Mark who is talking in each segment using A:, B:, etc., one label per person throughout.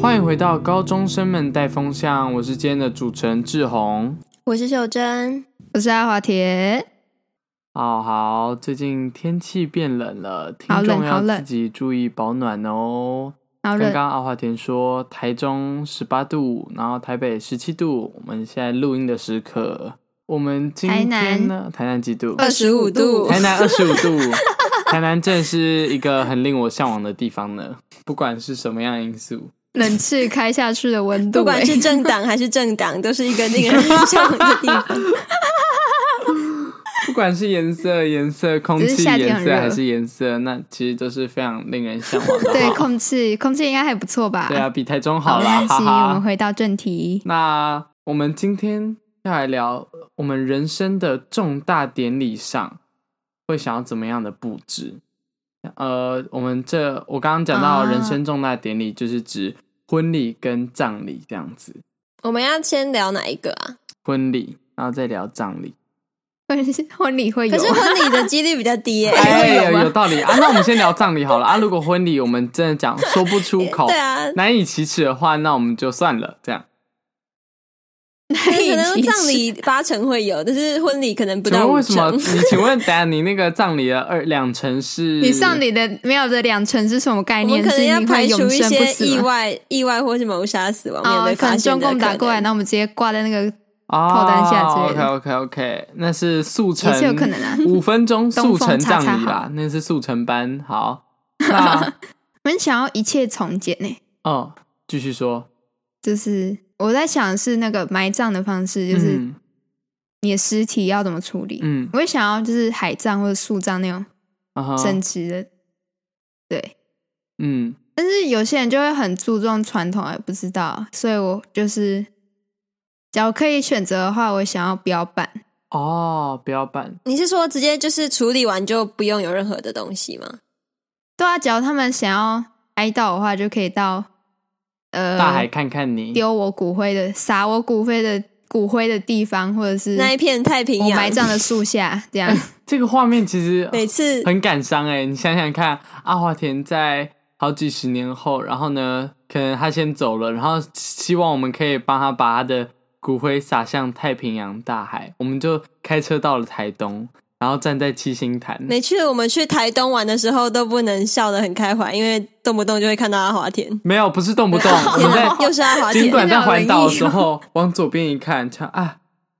A: 欢迎回到高中生们带风向，我是今天的主持人志宏。
B: 我是秀珍，
C: 我是阿华田，
A: 好哦好，最近天气变冷了，听
C: 好冷
A: 众要
C: 好冷
A: 自己注意保暖哦。
C: 好
A: 刚
C: 冷，
A: 刚阿华田说台中十八度，然后台北十七度，我们现在录音的时刻，我们今
C: 台南
A: 天呢，台南几度？
B: 25度
A: 台南二十五 度，台南真的是一个很令我向往的地方呢。不管是什么样的因素，
C: 冷气开下去的温度、欸
B: 不
A: 欸
B: 管是政党还是政党，都是一个令人向往的地 方。
A: 不管是颜色、颜色、空
C: 只
A: 气
C: 是夏天
A: 颜
C: 很
A: 色
C: 热
A: 还是颜色，那其实都是非常令人向往的。
C: 欸对，空气，空气应该还不错吧？
A: 对啊，，比台中好
C: 好，没
A: 啦，
C: 关系，
A: 哈
C: 我
A: 哈。
C: 们回到正题。
A: 那我们今天要来聊我们人生的重大典礼上会想要怎么样的布置？呃，我们这我刚刚讲到
C: 啊
A: 人生重大典礼，就是指婚礼跟葬礼这样子。
B: 我们要先聊哪一个啊？
A: 婚礼，然后再聊葬礼。
C: 婚婚礼会有
B: 可是婚礼的几率比较低耶、
A: 哎，
B: 会
A: 有
B: 吗
A: 有道理啊！那我们先聊葬礼好了啊。如果婚礼我们真的讲说不出口，
B: 对啊，
A: 难以启齿的话，那我们就算了。这样，
B: 可能葬，
C: 一
B: 礼
C: 起
B: 八成会有，但是婚礼可能不
A: 请
B: 到
A: 问
B: 五
A: 为什么？嗯
B: 成
A: 你。请问，等下你那个葬礼的二两成是？
C: 你上你的没有的两成是什么概
B: 我们
C: 念？
B: 可能要
C: 是你
B: 排
C: 会
B: 除
C: 永
B: 一
C: 生不
B: 些
C: 死
B: 意
C: 吗
B: 外、意外或是谋杀死亡没有
C: 哦
B: 被，
C: 可
B: 发
C: 能
B: 现的
C: 中
B: 可能。
C: 共打过来，那我们直接挂在那个
A: 啊
C: 炮弹下之类的
A: OK OK OK，那是速成，
C: 也是有可能啊
A: 五分钟速
C: 东
A: 成
C: 风
A: 葬
C: 叉叉
A: 礼啦
C: 好，
A: 那是速成班。好， 那
C: 我们想要一切从简呢、
A: 哦，继续说，
C: 就是我在想是那个埋葬的方式，就是
A: 嗯
C: 你的尸体要怎么处理。
A: 嗯
C: 我会想要就是海葬或者树葬那种
A: 啊哈
C: 整齐的，对。
A: 嗯
C: 但是有些人就会很注重传统，也不知道，所以我就是，假如可以选择的话，我想要标板，
A: 哦，不要办
B: 你是说直接就是处理完就不用有任何的东西吗？
C: 对啊，只要他们想要哀悼的话，就可以到呃
A: 大海看看你，
C: 丢我骨灰的、撒我骨灰的骨灰的地方，或者是
B: 那一片太平
C: 嗯
A: 啊
C: 我
B: 洋
C: 埋葬的树下，这 样
A: 这个画面其实
B: 每次
A: 很感伤哎、你想想看，阿华田在好几十年后，然后呢，可能他先走了，然后希望我们可以帮他把他的骨灰撒向太平洋大海，我们就开车到了台东，然后站在七星潭，
B: 每次我们去台东玩的时候，都不能笑得很开怀，因为动不动就会看到阿华田。
A: 没有，不是动不动，我
B: 天
A: 们
B: 哪，
A: 在
B: 啊又是阿华
A: 金
B: 田！
A: 短暂环岛的时候， 往左边一看，看啊，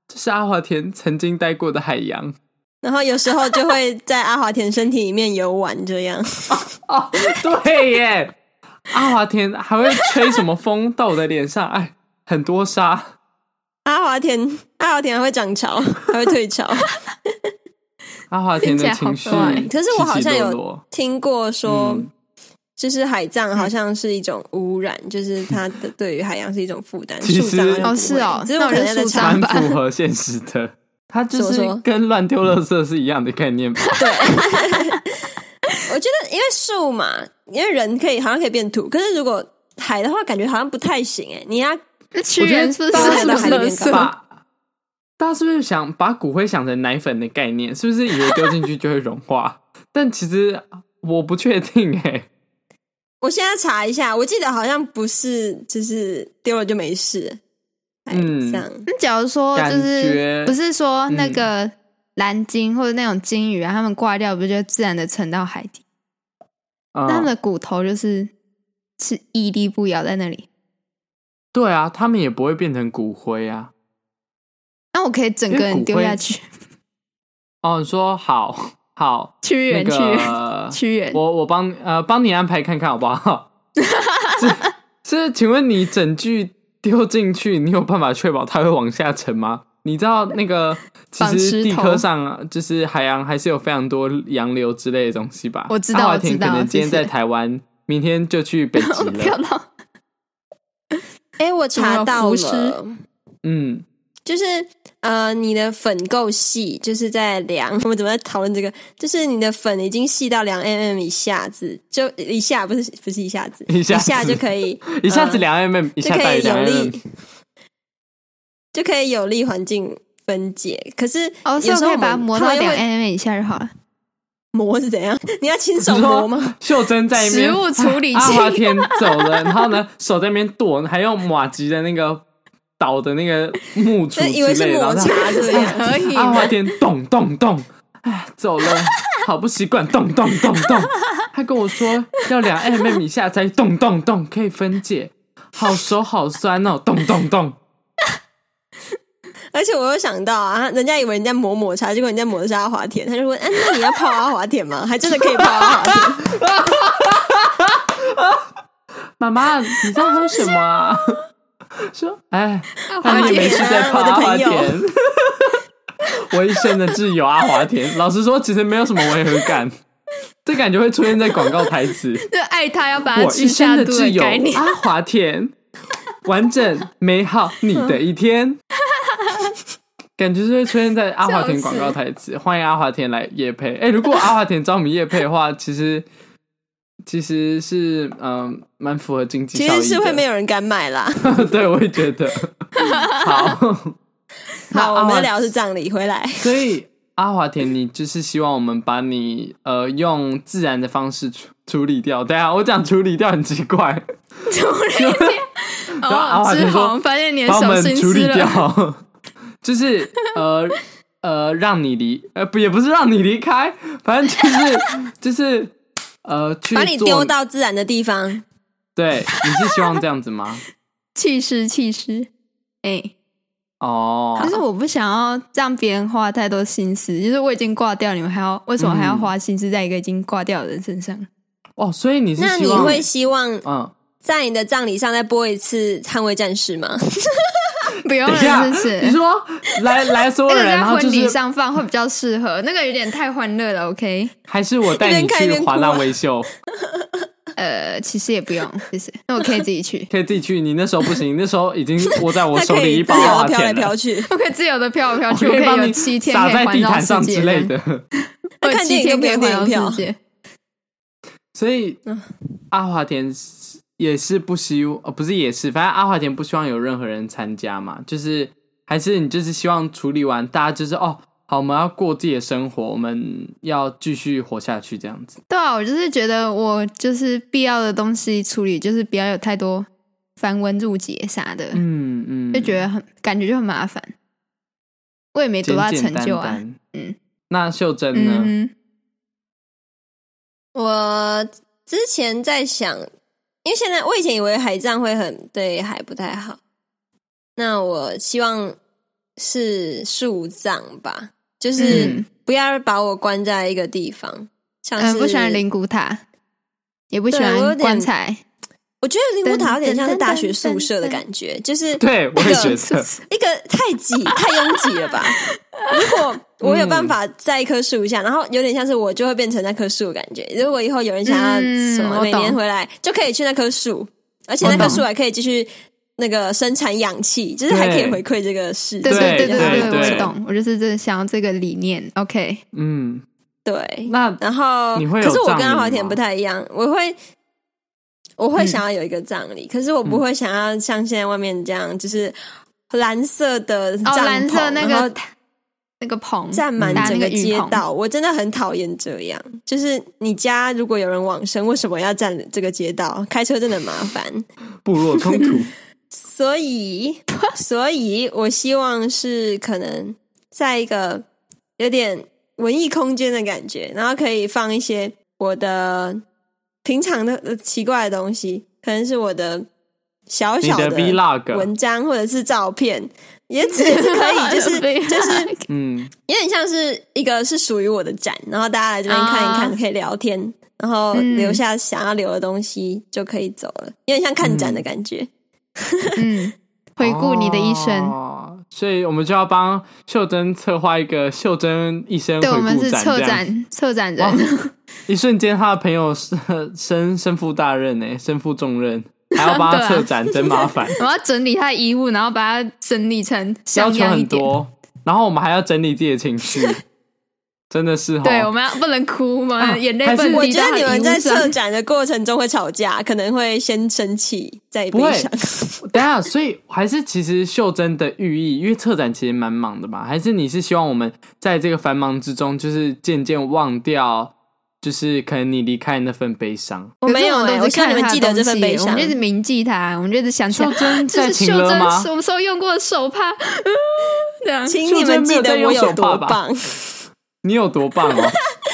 A: 这是阿华田曾经待过的海洋。
B: 然后有时候就会在阿华田身体里面游玩，这样
A: 哦，对耶，阿华田还会吹什么风到我的脸上？哎，很多沙。
B: 阿华田阿华田还会涨潮，还会退潮。
A: 阿华 田的情绪
C: 听起来好怪，
B: 可是我好像有
A: 起起落落
B: 听过说，
A: 嗯
B: 就是海葬好像是一种污染，就是它的对于海洋是一种负担。
A: 其实
B: 树葬好像不会
C: 哦是哦
B: 只是我可能要再查
C: 那我
A: 蛮
C: 就
A: 符合现实的。 它就
B: 怎
A: 是
B: 么说
A: 跟乱丢垃圾是一样的概 念吧？
B: 对，我觉得因为树嘛，因为人可以好像可以变土，可是如果海的话，感觉好像不太行哎。你要
C: 那屈
A: 我觉
C: 原
A: 得
C: 是不
A: 大
C: 是
A: 家
B: 是
C: 什
B: 不
C: 么
B: 是海里
C: 垃
B: 面
C: 圾？
A: 把大家是不是想把骨灰想成奶粉的概念？是不是以为丢进去就会融化？ 但其实我不确定哎、
B: 我现在查一下，我记得好像不是，就是丢了就没事。
A: 嗯
B: 嗯，这样
C: 那假如说就
A: 感
C: 是
A: 觉
C: 不是说那
A: 嗯
C: 个蓝鲸或者那种鲸鱼啊，它们挂掉不就自然的沉到海底？
A: 嗯
C: 那它们的骨头就是是屹立不摇在那里。
A: 对啊，他们也不会变成骨灰啊。
C: 那我可以整个人丢下去，
A: 哦，你说好好，
C: 屈
A: 那
C: 原屈原
A: 个
C: 屈原，
A: 我我帮呃帮你安排看看好不好？ 是是，请问你整句丢进去，你有办法确保它会往下沉吗？你知道那 个其
C: 绑
A: 实
C: 石
A: 地
C: 头
A: 科上啊就是海洋还是有非常多洋流之类的东西吧？
C: 我知道
A: 阿华
C: 我
A: 田
C: 知道
A: 可能今天
C: 谢谢
A: 在台湾，明天就去北极
C: 我飘
A: 了。
C: 到
B: 哎、我查到
C: 有没有浮
B: 了
C: 尸，
A: 嗯，
B: 就是呃，你的粉够细，就是在量。我们怎么在讨论这个？就是你的粉已经细到两 mm 以下子，就一下不是不是一下子，
A: 一下子，
B: 就可以
A: 一下子
C: 嗯
B: 呃
A: 两 mm，一
B: 就
A: 下
B: 可
A: 带
B: 以
A: 两
B: 有
A: mm，
B: 利，就可以有利环境分解。可是
C: 哦，所以
B: 有
C: 我
B: 时候
C: 可
B: 我
C: 以把它
B: 们
C: 磨
B: 它
C: 到
B: 又
C: 两哎
B: 会
C: mm 以下就好了。
B: 磨是怎样？你要亲手
A: 你
B: 磨
A: 说
B: 吗？
A: 秀珍在一边
C: 食物处理器
A: 阿华田走了，然后呢手在那边剁，还用马吉的那个倒的那个木杵
B: 那以为
A: 之
B: 是
A: 类的，然
B: 抹
A: 后
B: 茶
A: 他
B: 之类的。
C: 可以
A: 阿华
C: 的，
A: 田咚咚咚，哎，走了，好不习惯，咚咚咚咚。他跟我说要两 mm 以下才咚咚咚可以分解，好手好酸哦，咚咚咚。
B: 而且我又想到啊，人家以为人家抹抹茶，结果人家抹的是阿华田，他就问：“哎、那你要泡阿华田吗？”还真的可以泡阿华田。
A: 妈妈，你在喝什么啊？ 说，哎， 那
C: 啊
A: 你没事在泡
B: 我
A: 阿
B: 的朋
A: 华
B: 友
A: 田。 我一生的挚友阿华田，老实说，其实没有什么违和感，这感觉会出现在广告台词。
C: 就爱他要把它
A: 我一
C: 吃
A: 生
C: 下
A: 的
C: 肚
A: 挚
C: 概
A: 友啊
C: 念。
A: 阿华田，完整美好你的一天。感觉是会出现在阿华田广告台词，欢迎阿华田来夜配。哎、如果阿华田找我们夜配的话，其实其实是嗯，蛮、符合经济
B: 其
A: 效益的。
B: 实是会没有人敢买啦。
A: 对，我也觉得。好，那
B: 好，我
A: 阿华
B: 们聊的是葬礼，回来。
A: 所以阿华田，你就是希望我们把你呃用自然的方式处处理掉。等一下我讲处理掉很奇怪，然后阿
C: 哦，
A: 华
C: 志
A: 田啊说
C: 宏发现你的
A: 把我
C: 手
A: 们
C: 心
A: 处
C: 湿
A: 理
C: 了，
A: 掉，就是呃 呃让你离呃不也不是让你离开，反正就是就是呃去
B: 把你
A: 做
B: 丢到自然的地方。
A: 对，你是希望这样子吗？
C: 气势气势。哎，
A: 哦，
C: 就是我不想要让别人花太多心思，就是我已经挂掉，你们还要为什么
A: 嗯
C: 还要花心思在一个已经挂掉的人身上？
A: 哦，所以你是
B: 那
A: 希
B: 你
A: 望
B: 会希望
A: 嗯。
B: 在你的葬礼上再播一次《捍卫战士》吗？
C: 不用
A: 等一下，
C: 了，是
A: 你
C: 不是？
A: 说来来所有
C: 那个
A: 人，
C: 在
A: 然后
C: 婚
A: 就
C: 礼
A: 是
C: 上放会比较适合，那个有点太欢乐了。OK，
A: 还是我带你
B: 一边看一
A: 去
B: 边哭啊
A: 华纳维秀，
C: 呃，其实也不用，谢谢。那我可以自 己去，
A: 可以自己去。你那时候不行，那时候 已经握在我
B: 它
A: 手
B: 可
A: 里一
B: 以自
A: 包啊
B: 由
A: 花
B: 的飘来
A: 钱了
B: 飘，去。
C: 我可以自由的飘来飘
A: 我
C: 去，我可
A: 帮
C: 以
A: 你
C: 有七天
A: 撒
C: 可以
A: 在
C: 环
A: 地
C: 绕
A: 毯
C: 世
A: 上
C: 界
A: 之类，的。
C: 我有
B: 看
C: 七
B: 电影
C: 天
B: 都不
C: 可以
B: 用
C: 环
B: 电影
C: 绕
B: 票
C: 世界。
A: 所以阿华田是也是不希呃，不是也是，反正阿华田不希望有任何人参加嘛，就是还是你就是希望处理完，大家就是哦，好，我们要过自己的生活，我们要继续活下去这样子。
C: 对啊，我就是觉得我就是必要的东西处理，就是不要有太多繁文缛节啥的，
A: 嗯嗯，
C: 就觉得很感觉就很麻烦。我也没多大
A: 简
C: 成
A: 简
C: 就
A: 单
C: 啊，
A: 单。
C: 嗯，
A: 那秀珍呢？
C: 嗯
B: 我之前在想，因为现在我以前以为海葬会很对海不太好，那我希望是树葬吧，就
C: 哼，
B: 是
C: 嗯
B: 不要把我关在一个地方，像是、
C: 嗯，不喜欢灵骨塔，也不喜
B: 对我有
C: 欢
B: 点
C: 棺材，
B: 我觉得灵骨塔有点像是大学宿舍的感觉，就是
A: 对，我也 觉
B: 那
A: 得，
B: 一个太挤、太拥挤了吧？如果我有办法在一棵树下，然后有点像是我就会变成那棵树的感觉。如果以后有人想要
C: 嗯
B: 什么
C: 我
B: 每
C: 懂
B: 年回来，就可以去那棵树，而且
A: 我
B: 那棵
A: 懂
B: 树还可以继续那个生产氧气，就是还可以
A: 对
B: 回馈这个世界。
C: 对对
A: 对
C: 对
A: 对
C: 对对，
A: 对
C: 我懂，我就是这想要这个理念。OK，
A: 嗯，
B: 对，
A: 那
B: 然后
A: 你会有
B: 可是我
A: 葬
B: 跟阿
A: 礼
B: 华田
A: 吗
B: 不太一样，我会我会
A: 嗯
B: 想要有一个葬礼，可是我不会想要像现在外面这样，就是蓝色的
C: 哦，
B: 帐篷，
C: 蓝色那
B: 然后
C: 个那个棚
B: 占满
C: 搭
B: 整
C: 嗯那
B: 个
C: 个
B: 街
C: 雨棚，
B: 道，我真的很讨厌这样。就是你家如果有人往生，为什么要占这个街道？开车真的很麻烦，
A: 部落冲 突，
B: 所以，所以我希望是可能在一个有点文艺空间的感觉，然后可以放一些我的平常的、呃奇怪的东西，可能是我的小
A: 你
B: 小
A: 的 vlog，
B: 文章或者是照片，也只是可以， 就是就是
A: 嗯，
B: 有点像是一个是属于我的展，然后大家来这边看一看，
C: 啊
B: 可以聊天，然后
C: 嗯
B: 留下想要留的东西就可以走了，有点像看展的感觉。
C: 嗯，回顾你的一生，
A: 哦所以我们就要帮秀珍策划一个秀珍一生
C: 对我
A: 回
C: 们
A: 顾
C: 是
A: 展，
C: 策
A: 这样。
C: 展策展
A: 哇
C: 人，
A: 一瞬间他的朋友是身身负大任 呢，身负重任，还要帮他
C: 对啊
A: 策展，真麻烦，
C: 我要整理他的遗物，然后把它整理成
A: 要
C: 像
A: 求
C: 样一
A: 很
C: 点。
A: 多。然后我们还要整理自己的情 绪，真的是
C: 对，我
A: 哦。
C: 们要不能哭，我
A: 啊
C: 们眼泪
A: 还
C: 不
A: 是
C: 能
B: 我
C: 滴
B: 觉得
C: 到他
B: 你
C: 的遗
B: 们
C: 物
B: 在策
C: 上。
B: 展的过程中会吵架，可能会先生气，再悲
A: 不会
B: 伤。
A: 等一下，所以还是其实秀珍的寓意，因为策展其实蛮忙的嘛，还是你是希望我们在这个繁忙之中，就是渐渐忘掉就是可能你离开那份悲伤。
B: 我没有哎、
C: 可是我们
B: 我
C: 都
B: 希望你
C: 们
B: 们记得这份悲
C: 我
B: 伤
C: 们。就是铭记它，我们就是想起来
A: 秀珍
C: 这
A: 在
C: 是
A: 停
C: 秀
A: 了
C: 珍
A: 吗？
C: 什么时候用过的手帕？ 嗯这样
B: 请你们记得我有多棒。
A: 你有多棒 哦！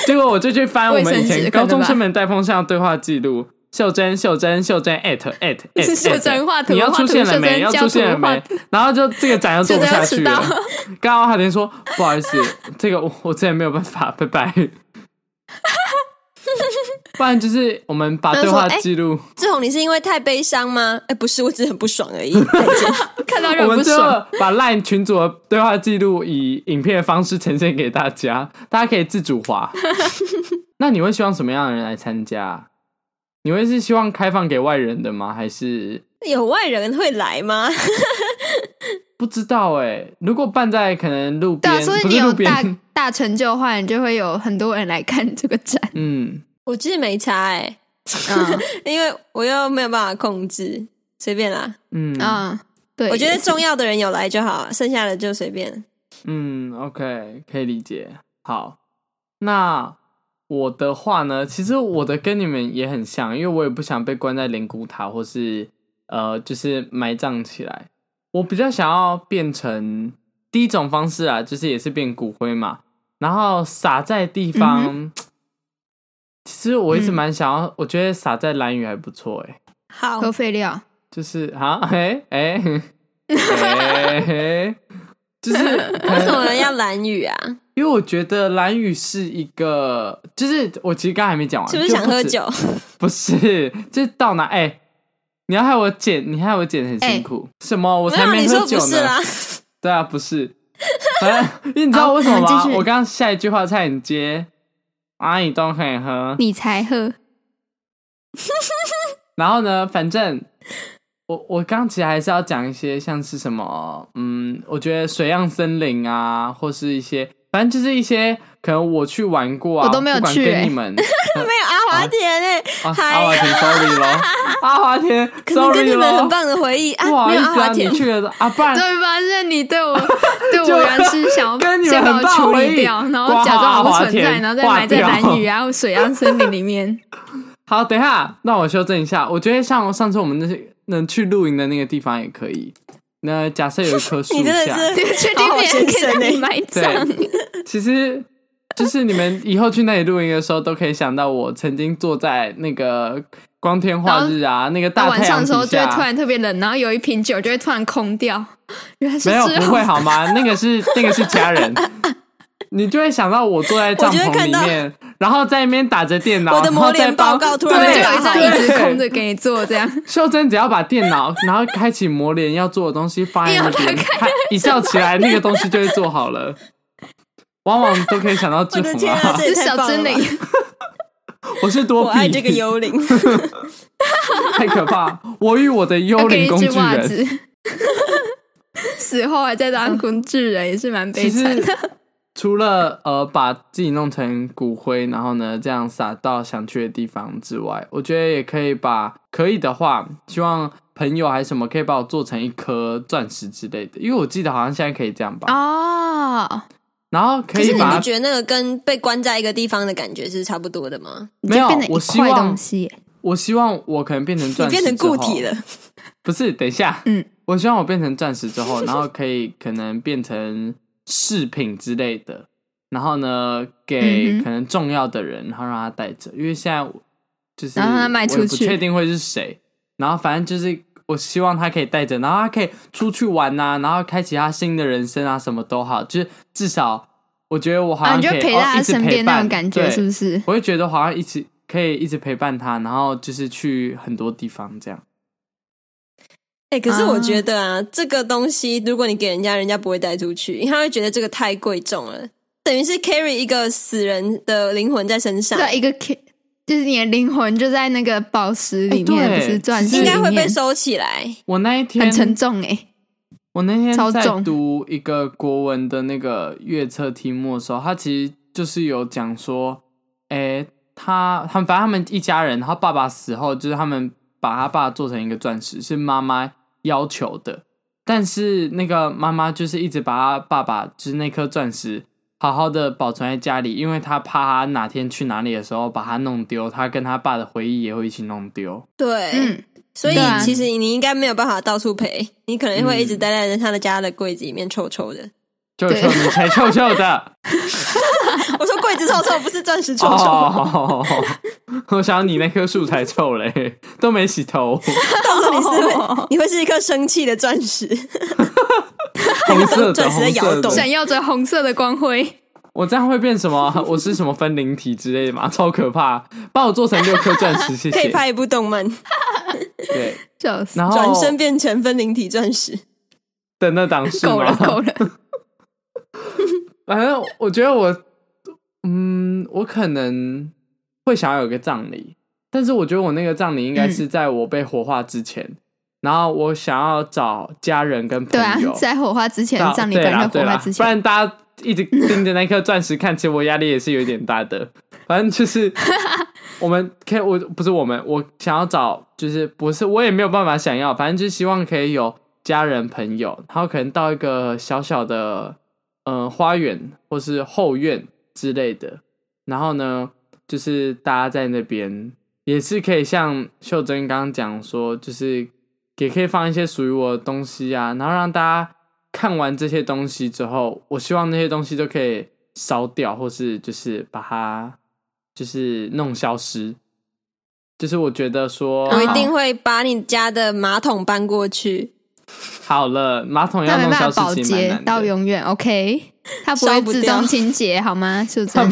A: 结果我就去翻我们以
C: 卫生
A: 前
C: 纸
A: 高中生们带风向对话记录。秀珍，秀珍，秀珍，at 哎 at at，
C: 是秀珍画图
A: 你要出现了
C: 画
A: 没？
C: 图
A: 要
C: 秀
A: 出
C: 珍
A: 现了
C: 教
A: 没？然后就这个展又做不下去了
C: 秀珍要迟。
A: 刚刚还连说不好意思，这个我我真的没有办法，拜 拜。不然就是我们把对
C: 哎
A: 话记录，
B: 志宏，你是因为太悲伤吗？哎、不是，我只是很不爽 而已。再见
C: 看到
A: 我
C: 人
A: 们
C: 不
A: 最
C: 爽，
A: 后把 LINE 群组的对话记录以影片的方式呈现给大家，大家可以自主滑。 那你会希望什么样的人来参加？你会是希望开放给外人的吗？还是
B: 有外人会来吗？
A: 不知道哎、如果办在可能路
C: 对
A: 边，
C: 啊，所以
A: 不
C: 你
A: 是
C: 有
A: 路
C: 大
A: 边，
C: 大成就的话，你就会有很多人来看这个 展。
A: 嗯，
B: 我其实没差哎、
C: 嗯
B: 因为我又没有办法控制，随便啦。
A: 嗯
C: 嗯，对，
B: 我觉得
C: 也是
B: 重要的人有来就好，剩下的就随便。
A: 嗯，OK，可以理解。好，那我的话呢，其实我的跟你们也很像，因为我也不想被关在灵骨塔，或是呃，就是埋葬起来。我比较想要变成第一种方式啊，就是也是变骨灰嘛，然后撒在地方。其实我一直
C: 嗯
A: 蛮想要，我觉得撒在蓝雨还不错哎、
B: 好，
C: 核废料，
A: 就是啊， 哎哎哎嘿， 就是
B: 为什么要蓝雨 啊？
A: 因为我觉得蓝雨是一个，就是我其实刚才还没讲完，
B: 是不是
A: 就
B: 想喝
A: 止？
B: 酒？
A: 不是，就是到哪哎、你要害我剪，你害我剪得很辛苦。什么？我
B: 哎没有，
A: 才
B: 你
A: 没喝
B: 说
A: 酒
B: 不是
A: 呢
B: 啦。。
A: 对啊，不是。反正因为你知道
C: 好
A: 为什么
C: 我
A: 吗
C: 们？继续
A: 我刚刚下一句话差点接，阿姨都可以喝。
C: 你才 喝，
A: 然后呢，反正我我刚其实还是要讲一些像是什么，嗯，我觉得水漾森林啊，或是一些，反正就是一些可能我去玩过啊，
C: 我都没有
A: 不管
C: 去欸
A: 跟 你们，呃
B: 没有阿华田哎、
A: 啊，
B: 嗨
A: 阿华田 sorry 咯，阿华田
B: 可能跟
A: sorry
B: 你们很
A: 咯，
B: 棒的回忆啊，
A: 不好
B: 没
A: 意
B: 有阿
A: 思啊，
B: 华
A: 你
B: 田，
A: 去了啊，不然
C: 终于发现你对我对我
A: 就
C: 原是想要
A: 跟你
C: 先
A: 们
C: 把
A: 很
C: 我
A: 棒
C: 处
A: 回
C: 理
A: 忆
C: 掉，然
A: 挂
C: 后假装我
A: 号
C: 不
A: 华
C: 存在，
A: 田
C: 然后再
A: 挂
C: 埋在
A: 掉
C: 蓝雨啊、水漾森林 里面。
A: 好，等一下，让我修正一下，我觉得像上次我们那些能去露营的那个地方也可以。那假设有一棵树
B: 你真
A: 下，
B: 的
C: 你
B: 是
C: 确定
B: 好好
C: 别人
B: 先
C: 可以
B: 生
C: 让你
B: 欸
C: 埋葬？
A: 对，其实就是你们以后去那里露营的时候，都可以想到我曾经坐在那个光天化日啊，那个
C: 到
A: 大
C: 晚
A: 太
C: 上
A: 阳
C: 的
A: 底
C: 时候就会突
A: 下，
C: 然特别冷，然后有一瓶酒就会突然空掉。原来是
A: 没有
C: 这样
A: 不会好吗？那 个是那个是家人，你就会想到我坐在帐
B: 我就会
A: 篷
B: 看
A: 里
B: 到
A: 面，然后在那边打着电脑，
B: 我的
A: 然后
B: 磨练
A: 再帮
B: 报告突
C: 我
B: 然
C: 们就
A: 对
B: 被
C: 有
B: 打
C: 一张
B: 好
C: 椅子
A: 对
C: 空着给你坐，这样
A: 秀珍只要把电脑，然后开启磨脸要做的东西放在 那
C: 哎
A: 边，
C: 呦打
A: 它一叫起来，那个东西就会做好了。往往都可以想到 志
B: 我
A: 宏
B: 的天啊，
A: 啊
B: 这，
C: 是
B: 也太
C: 小
B: 棒了
C: 精
B: 吧！
C: 灵。
A: 我是多
B: 我爱这
A: 比
B: 个幽 灵，
A: 太可怕！我与我的幽
C: 要给
A: 灵
C: 一
A: 工
C: 只
A: 具
C: 袜
A: 人，
C: 子， 死后还在当工具人，也是蛮悲
A: 其
C: 惨
A: 实
C: 的。
A: 除了呃把自己弄成骨灰，然后呢这样撒到想去的地方之外，我觉得也可以把可以的话，希望朋友还是什么可以把我做成一颗钻石之类的，因为我记得好像现在可以这样吧。
C: 哦，
A: 然后可
B: 可是
A: 以
B: 你
A: 把
B: 不
A: 它
B: 觉得那个跟被关在一个地方的感觉是差不多的吗？
C: 你
A: 没
C: 就
A: 有
C: 变成
A: 我
C: 一
A: 希
C: 块
A: 望
C: 东西啊耶，
A: 我希望我可能变 成
B: 你
A: 钻石，
B: 变成固体了，，
A: 不是？等一下，
C: 嗯，
A: 我希望我变成钻石之后， 然后可以可能变成饰品之类的，然后呢给
C: 嗯哼
A: 可能重要的人，然后让他带着，因为现在我就是
C: 然后让他卖
A: 我也
C: 出
A: 不
C: 去
A: 确定会是谁，然后反正就是我希望他可以带着，然后他可以出去玩呐、然后开启他新的人生啊，什么都好，就是至少我觉得我好
C: 啊，
A: 像
C: 你就
A: 可以、
C: 陪
A: 哦
C: 在
A: 一
C: 他
A: 直
C: 身
A: 陪
C: 边那种
A: 伴
C: 感觉，
A: 对
C: 是不是？
A: 我会觉得好像一直可以一直陪伴他，然后就是去很多地方这样。
B: 哎、可是我觉得啊，这个东西如果你给人家，人家不会带出去，因为他会觉得这个太贵重了，等于是 carry 一个死人的灵魂在身上，啊
C: 对，一个 K，就是你的灵魂就在那个宝石
A: 哎
C: 里面，
A: 对
C: 不是钻石
B: 应
C: 里
B: 该
C: 面，
B: 会被收起来。
A: 我那一天
C: 很沉重哎。
A: 我那天
C: 超
A: 在
C: 重
A: 读一个国文的那个阅测题目的时候，他其实就是有讲说，诶、他他们反正他们一家人，然后爸爸死后，就是他们把他爸做成一个钻石，是妈妈要求的，但是那个妈妈就是一直把他爸爸就是那颗钻石。好好的保存在家里，因为他怕他哪天去哪里的时候把它弄丢，他跟他爸的回忆也会一起弄丢。
B: 对，
C: 嗯，
B: 所以
C: 对啊
B: 其实你应该没有办法到处陪，你可能会一直
A: 嗯
B: 待在他的家的柜子里面臭臭 的。
A: 臭
C: 对
A: 臭，你才臭臭的
B: 我说柜子臭臭，不是钻石臭臭，
A: 哦！我想你那棵树才臭嘞，都没洗 头，
B: 到时候你是会你会是一颗生气的钻石，
A: 红色的，
B: 钻石在
A: 红色
B: 摇动
A: 的。
C: 闪耀着红色的光辉。
A: 我这样会变什么？我是什么分灵体之类的吗？超可怕！把我做成六颗钻 石，谢
B: 可以
A: 谢。
B: 拍一部动漫，
A: 对，
C: 笑死，
A: 然后
B: 转身变成分灵体钻石。
A: 的那档事
C: 够了
A: 吗？哎
C: 够了，
A: 反正我觉得我，嗯，我可能会想要有个葬礼，但是我觉得我那个葬礼应该
B: 嗯
A: 是在我被火化之前，然后我想要找家人跟朋
C: 对啊
A: 友，，
C: 在火化之前
A: 到，
C: 葬礼
A: 啊对
C: 本
A: 啦
C: 人火
A: 对
C: 化
A: 啦，
C: 之
A: 不
C: 前，
A: 然大家一直盯着那颗钻石看，其实我压力也是有点大的。 反正就是 我们可以，我不是我们，我想要找就是不是我也没有办法想要，反正就是希望可以有家人朋友，然后可能到一个小小的呃花园或是后院之类的，然后呢，就是大家在那边也是可以像秀珍刚刚讲说，就是也可以放一些属于我的东西啊，然后让大家看完这些东西之后，我希望那些东西都可以烧掉，或是就是把它就是弄消失。就是我觉得说，
C: 哦
B: 我一定会把你家的马桶搬过去，
A: 好了，马桶嗯要
C: 但没
A: 弄消
C: 办法保
A: 失其实蛮
C: 洁
A: 难
C: 到
A: 的。
C: 永远，OK，它不
B: 烧
C: 会
B: 不
C: 自
B: 掉
C: 动清洁 好吗？秀珍，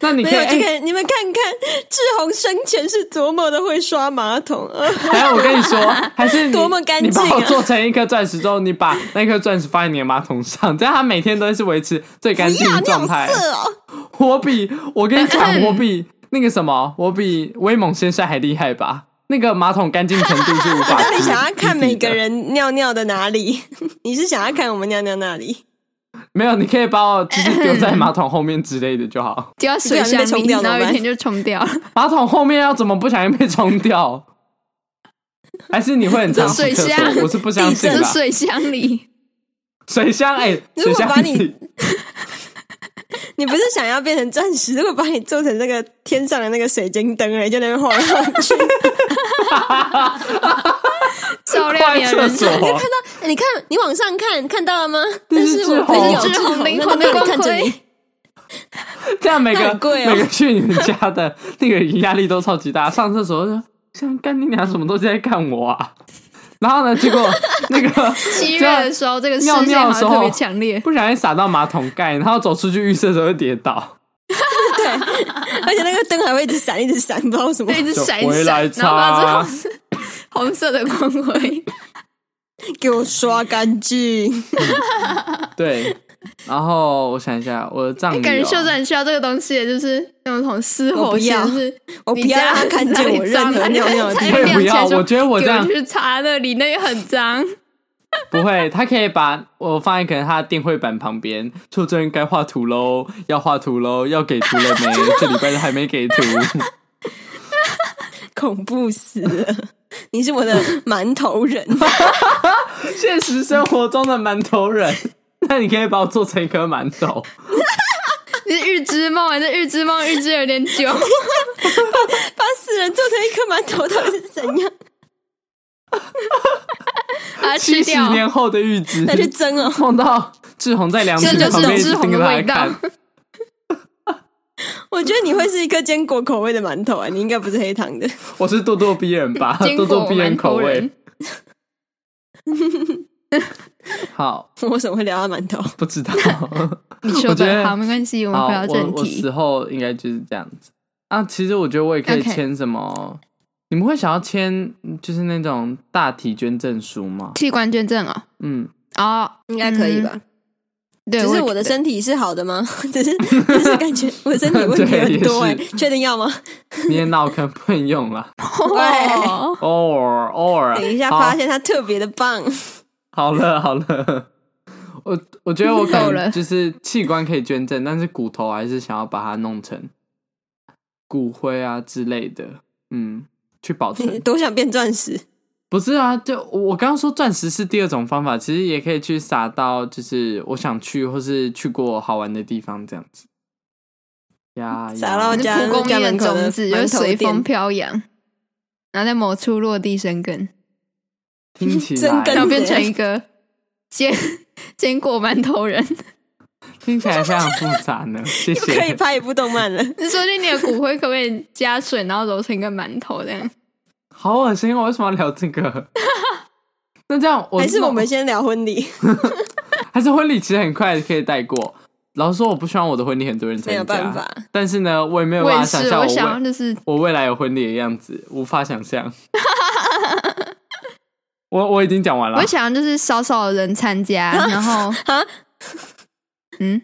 A: 那你可
B: 没
A: 以，
B: 有就
A: 哎、
B: 看你们看看志宏生前是多么的会刷马桶，呃
A: 等一下我跟你说，还是你
B: 多么干净啊
A: 你把我做成一颗钻石之后，你把那颗钻石放在你的马桶上，这样它每天都是维持最干
B: 不
A: 净
B: 要
A: 的
B: 你好
A: 状态。
B: 色哦，
A: 我比我跟你讲，我比那个什么，我比威猛先生还厉害吧？那个马桶干净程度是无 法
B: 到底想要
A: 比
B: 看每个
A: 比的
B: 人尿尿的哪里？ 你是想要看我们尿尿那里？
A: 没有，你可以把我就是丢在马桶后面之类的就好。
C: 丢到水
B: 不小心被
C: 箱
B: 冲
C: 里，
B: 掉怎么
C: 然后有
B: 办
C: 一天就冲掉了，
A: 马桶后面要怎么不小心被冲掉？还是你会很常去厕
C: 这水
A: 所？
C: 箱
A: 我是不相信
C: 就
A: 的
C: 是。水箱 里。
A: 水箱哎，
B: 如果
A: 水箱
B: 把你你不是想要变成钻石？如果把你做成那个天上的那个水晶灯哎，就在那边晃来晃去。
C: 照亮
A: 关
C: 你的
A: 厕
C: 人生，
A: 所，
B: 哎你看，你往上看，看到了 吗？
A: 这
B: 但
A: 是
B: 是我
A: 志宏
B: 朋友
A: 这
C: 是
B: 志
C: 志宏灵
B: 那
C: 魂的
B: 边
C: 光
B: 看着
C: 辉
B: 你，
A: 这样每
B: 那
A: 个
B: 很贵哦
A: 每个去你们家的 那个人压力都超级大，上厕所就说像干你娘什么都在干我啊。 然后呢，结 果那个
C: 七月的时候，这个视
A: 尿
C: 线
A: 尿
C: 好
A: 的时
C: 像
A: 候
C: 特别强烈。
A: 不小心洒到马桶盖，然后走出去浴室的时候就跌倒，
B: 对， 而且那个灯还会一直闪，一直闪，不知道为什么
C: 对，。一直闪
A: 就
C: 一
A: 回来
C: 闪，然后
A: 擦
C: 把这红色红色的光 辉，
B: 给我刷干净。
A: 对。然后我想一下，我的葬礼、哦、
C: 感觉秀珍很需要这个东西，就是那种失火线，
B: 我
C: 就
B: 不要
C: 是
B: 我不
C: 你
B: 要
C: 家
B: 让他看见我任何尿尿的地
A: 我也
B: 方。
A: 不要，
C: 亮起来就
A: 我觉得我
C: 给
A: 这样
C: 我去擦那里，那也很脏。
A: 不会，他可以把我放在可能他的电绘板旁边。说真该画图喽，要画图喽，要给图了没？ 这礼拜都还没给图。
B: 恐怖死了！你是我的馒头 人，
A: 现实生活中的馒头人，那你可以把我做成一颗馒头。
C: 你是预知梦还是预知梦？预知有点久，
B: 把死人做成一颗馒头，到底是怎样？
C: 把它
A: 七
C: 吃
A: 十
C: 掉。
A: 年后的预知，
B: 那就蒸哦！
A: 梦到志宏在凉皮
C: 这就是
A: 旁边一直
C: 志宏
A: 盯
C: 的
A: 着他
C: 味道
A: 看。
B: 我觉得你会是一颗坚果口味的馒头啊，你应该不是黑糖的。
A: 我是咄咄逼人 吧，
C: 坚
A: 咄咄
C: 果
A: 逼
C: 馒
A: 人口
C: 头
A: 味
C: 人。，
A: 好，
B: 我为什么会聊到馒头？
A: 不知道。
C: 你
A: 我
C: 说
A: 觉得
C: 吧，好，没关 系，我们
A: 好，
C: 回到正
A: 我我
C: 题。
A: 死后应该就是这样子啊。其实我觉得我也可以
C: OK
A: 签什么你们会想要签就是那种大体捐赠书吗？
C: 器官捐赠哦，
A: 嗯，
C: 哦，
B: 应该可以吧？
C: 对，
B: 只是
C: 也
B: 我的
C: 觉得
B: 身体是好的吗？ 只是只是感觉我的身体 问题很多哎、
A: 对也
B: 确定要吗？
A: 你的脑坑不能用 了，
B: 喂，
A: 偶尔偶尔。
B: 等一下
A: 好
B: 发现它特别的棒，
A: 好了好了，我我觉得我可
C: 够
A: 能
C: 了
A: 就是器官可以捐赠，但是骨头还是想要把它弄成骨灰啊之类的，嗯，去保存
B: 你。多想变钻石，
A: 不是啊，就我我刚刚说钻石是第二种方法，其实也可以去撒到就是我想去或是去过好玩的地方这样子。呀，呀
B: 撒到
C: 就
B: 家
C: 蒲公
B: 家
C: 英
B: 门
C: 的
B: 口的
C: 种子就
B: 馒头
C: 随风
B: 店
C: 飘扬，然后在某处落地生根，
A: 听起
B: 真
A: 来
B: 跟
C: 然后
B: 着
C: 变成一个坚 坚果馒头人。
A: 听起来非常复杂呢。谢
B: 又可以
A: 谢。
B: 拍一部动 漫了。
C: 你说你的骨灰可不可以加水，然后揉成一个馒头这样？
A: 好恶心，哦我为什么要聊这个？ 那这样我
B: 还是
A: 那
B: 我们先聊婚礼？
A: 还是婚礼其实很快可以带过。老实说，我不希望我的婚礼很多人参加，
B: 没有办法。
A: 但是呢，我也没有
C: 我
A: 办
C: 也
A: 法想，
C: 是
A: 象
C: 我
A: 我未
C: 想要就是
A: 我未来有婚礼的样子，无法想 象。我我已经讲完了
C: 我，想要就是少少的人参加，然后
B: 啊
C: 嗯，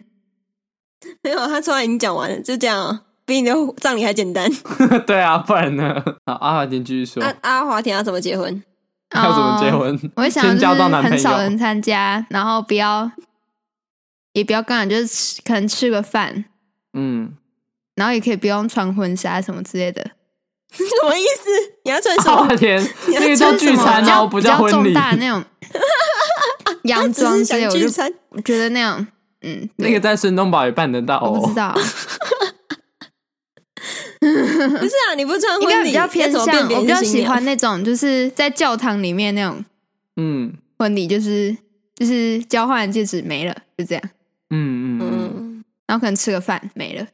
B: 没有，他突然已经讲完了，就这样哦、比你的葬礼还简单。
A: 对啊，不然呢？好，阿华田继续说，
C: 啊
B: 阿阿华田要怎么结婚？
A: 要怎么结
C: 哦？
A: 婚？
C: 我想要
A: 先交
C: 就
A: 到
C: 是
A: 男朋
C: 很少人
A: 友，
C: 参加，然后不要也不要干嘛，就是吃可能吃个饭，
A: 嗯，
C: 然后也可以不用穿婚纱什么之类的。
B: 什么意思？你要穿什
A: 阿
B: 么
A: 华？田
B: 你要
A: 那个
C: 就
A: 叫
C: 是什
A: 聚
C: 么
A: 餐
C: 比较
A: 哦，不
C: 比较
A: 叫婚
C: 重
A: 礼，
C: 大的 那种洋
B: 只是
C: 装之类，
B: 想
C: 我
B: 聚
C: 就
B: 餐，
C: 我觉得那样嗯，对
A: 那个在孙东宝也办得到
C: 我不知
A: 哦。
C: 道。
B: 不是啊？你不穿
C: 应
B: 婚
C: 该
B: 礼，
C: 比较偏
B: 要
C: 向
B: 怎么辨，别
C: 我比
B: 你
C: 较
B: 是新
C: 喜
B: 娘
C: 欢那种就是在教堂里面那种
A: 嗯
C: 婚礼，就是就是交换戒指没了，就这样，
A: 嗯嗯嗯
B: 嗯，
C: 然后可能吃个饭没了。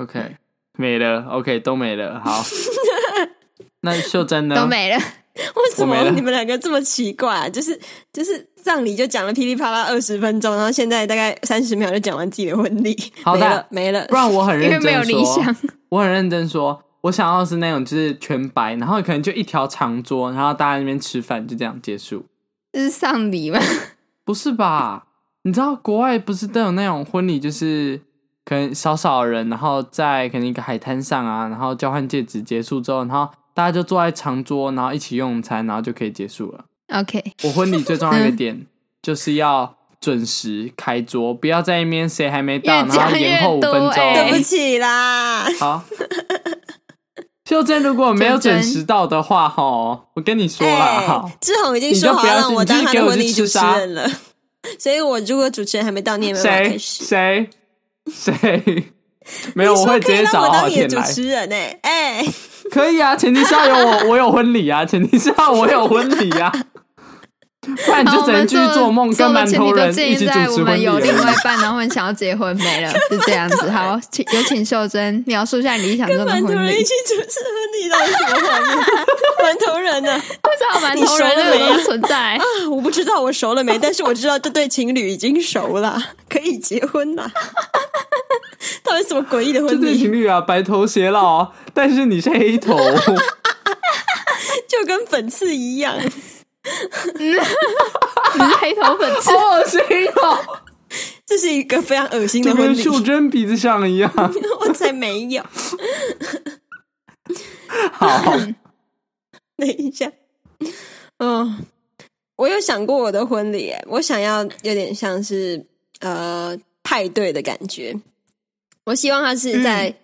A: ，OK，没了，OK，都没了， 好。那秀珍呢？
C: 都没了，
B: 为什
A: 我没
B: 么
A: 了
B: 你们两个这么奇怪、啊？就是就是葬礼就讲了噼里啪啦二十分钟，然后现在大概三十秒就讲完自己的婚礼，
A: 好
B: 没
A: 的
B: 了没了
A: 不。然我很
C: 因
A: 认
C: 为
A: 真说，
C: 没有理想。
A: 我很认真说，我想要的是那种就是全白，然后可能就一条长桌，然后大家在那边吃饭，就这样结束。
C: 这是丧礼嘛？
A: 不是吧？你知道国外不是都有那种婚礼，就是可能少少的人，然后在可能一个海滩上啊，然后交换戒指结束之后，然后大家就坐在长桌，然后一起用餐，然后就可以结束了。
C: OK，
A: 我婚礼最重要的一个点就是要准时开桌，不要在那边谁还没到，
C: 越
A: 然
C: 讲
A: 后延后五
C: 越
A: 分
C: 多
A: 钟。
C: 哎
B: 对不起啦，
A: 好， 秀珍如果没有准时到 的话，吼，我跟你说啦，
B: 哎志宏已经
A: 你就
B: 说好
A: 不要
B: 让我
A: 你就
B: 当
A: 是
B: 他
A: 给
B: 的
A: 我
B: 婚
A: 去
B: 礼
A: 吃
B: 主持
A: 沙
B: 人了，所以我如果主持人还没到，你也没有办法
A: 谁
B: 开始。
A: 谁谁 没有，
B: 你
A: 我
B: 说
A: 会直
B: 可以
A: 接
B: 让
A: 找
B: 我
A: 阿华
B: 当你的
A: 田
B: 主
A: 来。
B: 持人呢、哎、
A: 可以啊，前提是要有 我，我有婚礼啊，前提是要我有婚礼啊，不然你
C: 好，
A: 就
C: 我
A: 只能
C: 们
A: 继
C: 做
A: 续
C: 的
A: 做梦，跟
C: 做的
A: 馒
C: 前
A: 头
C: 提
A: 人
C: 都
A: 一
C: 建
A: 起主
C: 议在
A: 持
C: 我
A: 婚
C: 们
A: 礼
C: 有
A: 而
C: 另外
A: 已。
C: 一半，然后很想要结婚没了，就这样子。好，请有请秀珍描述一下你理想中
B: 跟
C: 的
B: 馒
C: 婚
B: 头人
C: 礼
B: 一。起主持婚礼，到底什么画面？ 馒头人啊呢、
C: 不知道馒
B: 你
C: 头
B: 熟
C: 人
B: 了
C: 这个
B: 没
C: 东
B: 啊
C: 西存在
B: 啊，， 我不知道我熟了没，但是我知道这对情侣已经熟了， 可以结婚了。 到底什么诡异的
A: 这
B: 婚
A: 对
B: 礼
A: 情？侣啊，白头偕老，但是你是黑 头，
B: 就跟粉刺一样，
C: 你是黑头粉 刺。
A: 好恶心哦，
B: 这是一个非常恶心的
A: 就
B: 婚
A: 跟
B: 礼。
A: 秀珍鼻子像一样。
B: 我才没有，
A: 好，
B: 等一下，嗯，我有想过我的婚礼耶，我想要有点像是呃派对的感觉。我希望它是在、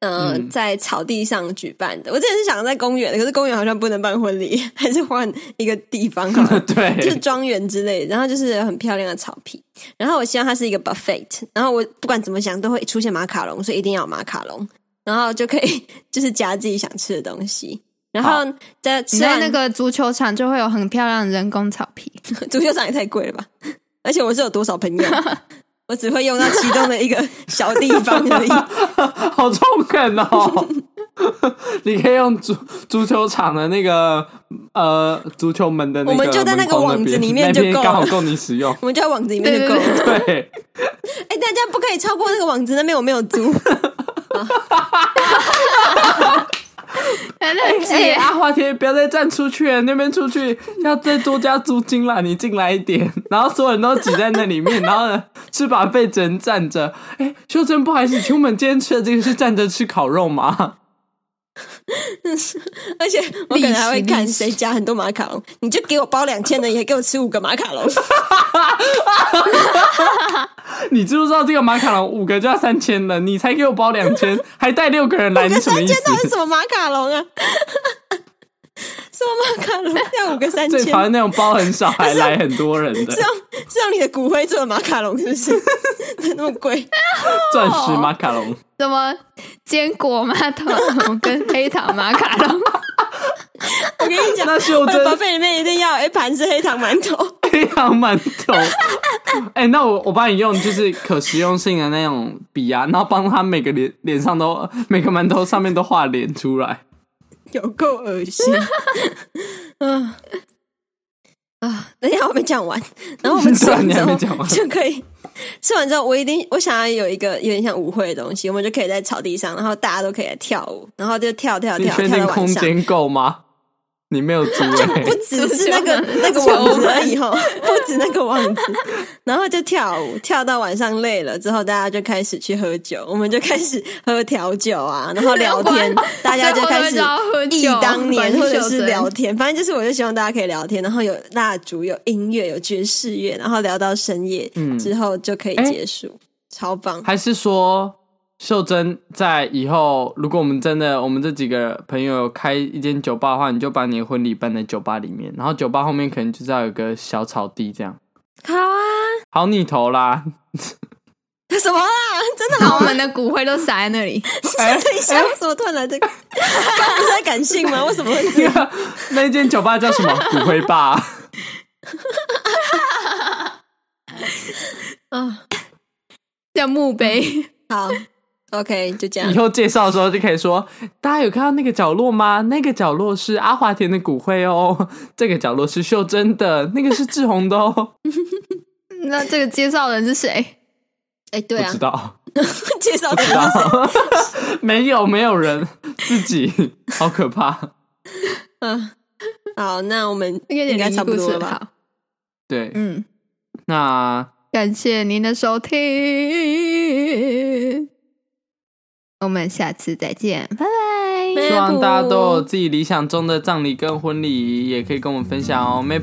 B: 呃
A: 嗯。
B: 在草地上举办的。我之前是想在公园的，可是公园好像不能办婚礼， 还是换一个地方好了
A: 对，
B: 就是庄园之类的，然后就是很漂亮的草皮，然后我希望它是一个 buffet，然后我不管怎么想都会出现马卡龙，所以一定要有马卡龙，然后就可以 就是夹自己想吃的东西，然后在
C: 你
B: 吃
C: 在
B: 完
C: 那个足球场就会有很漂亮的人工草皮，
B: 足球场也太贵了吧，而且我是有多少朋友， 我只会用到其中的一个小地方而 已，
A: 好中 肯哦！你可以用足足球场的那个呃足球门的那个，
B: 我们就在那
A: 那
B: 个网子里面
A: 面
B: 就够了。
A: 那边刚好够你使用
B: 我们就在网子里面就够
C: 对
B: 了。
A: 对，
B: 哎、大家不可以超过那个网子，那边我没有租。
C: 很冷
A: 哎、
C: 静。
A: 阿华田，不要再站出去了，那边出去要再多加租金啦！你进来一点， 然后所有人都挤在那里面，然后呢，吃饱被只能站着。哎、秀珍，不好意思，请问我们今天吃的这个是站着吃烤肉吗？
B: 而且我可能还会
C: 历史
B: 看
C: 历史
B: 谁夹很多马卡龙，你就给我包两千的，也给我吃五个马卡龙。
A: 你知不知道这个马卡龙五个就要三千了？你才给我包两哎千，还带六个人来，你什么
B: 三
A: 意
B: 千到底
A: 思？
B: 什么马卡龙啊？什做马卡龙要五个三
A: 最
B: 千，
A: 讨厌那种包很少还来很多 人的
B: 是用是用你的骨灰做的马卡龙是不是？ 那么贵？
A: 钻石马卡龙，
B: 哦
C: 什么坚果马卡龙跟黑糖马卡龙，
B: 我跟你讲，
A: 那秀
B: 我的
A: 珍
B: 宝贝里面一定要有一盘是黑糖馒头。
A: 黑糖馒头。哎、那我我帮你用就是可食用性的那种笔啊，然后帮他每个脸脸上都每个馒头上面都画脸出来。
B: 有够恶心。嗯啊，等一下我没讲完，然后我们吃
A: 对啊
B: 完
A: 你
B: 之
A: 还没
B: 后
A: 讲完
B: 就可以吃完之后，我一定我想要有一个有点像舞会的东西，我们就可以在草地上，然后大家都可以来跳舞，然后就跳跳
A: 你
B: 跳
A: 确
B: 跳
A: 定
B: 到晚
A: 空
B: 上。
A: 间够吗？你没 有租哎、
B: 不只是那个
C: 足
B: 那个
C: 球
B: 网子而已吼，不止那个网子，然后就跳舞，跳到晚上累了之后，大家就开始去喝酒，我们就开始喝调酒啊，然后聊天，大家就开始
C: 最后都知
B: 忆
C: 道喝酒
B: 当年
C: 反
B: 或
C: 正
B: 者
C: 就是真
B: 聊天，反正就是我就希望大家可以聊天，然后有蜡烛、有音乐、有爵士乐，然后聊到深夜、
A: 嗯
B: 之后就可以
A: 哎
B: 结束，超棒！
A: 还是说秀珍在以后，如果我们真的我们这几个朋友有开一间酒吧的话，你就把你的婚礼办在酒吧里面，然后酒吧后面可能就是要有个小草地这样，
B: 好啊，
A: 好你头啦！
B: 什么啦？啊真的
C: 然
B: 吗？
C: 后我们的骨灰都撒在那里。
A: 哎
B: 等一下，为什么突然来这个？ 刚不是在感性吗？为什么会这样？
A: 啊那间酒吧叫什么？骨灰吧。
B: 啊？
C: 叫墓碑，
B: 好，OK，就这样
A: 以。后介绍的时候就可以说：大家有看到那个角落吗？那个角落是阿华田的骨灰哦，这个角落是秀珍的，那个是志宏的哦。
C: 那这个介绍人是谁？
B: 哎、对
A: 不
B: 啊
A: 知，道。
B: 介绍的
A: 知道， 没有没有人自己，好可怕。
B: 嗯，好，那我们
C: 那个
B: 应该
C: 灵异
B: 差不
C: 故
B: 多
C: 事
B: 了吧？
C: 好，
A: 对，
C: 嗯，
A: 那
C: 感谢您的收听，我们下次再见，拜拜。
A: 希望大家都有自己理想中的葬礼跟婚礼，也可以跟我们分享哦。Map，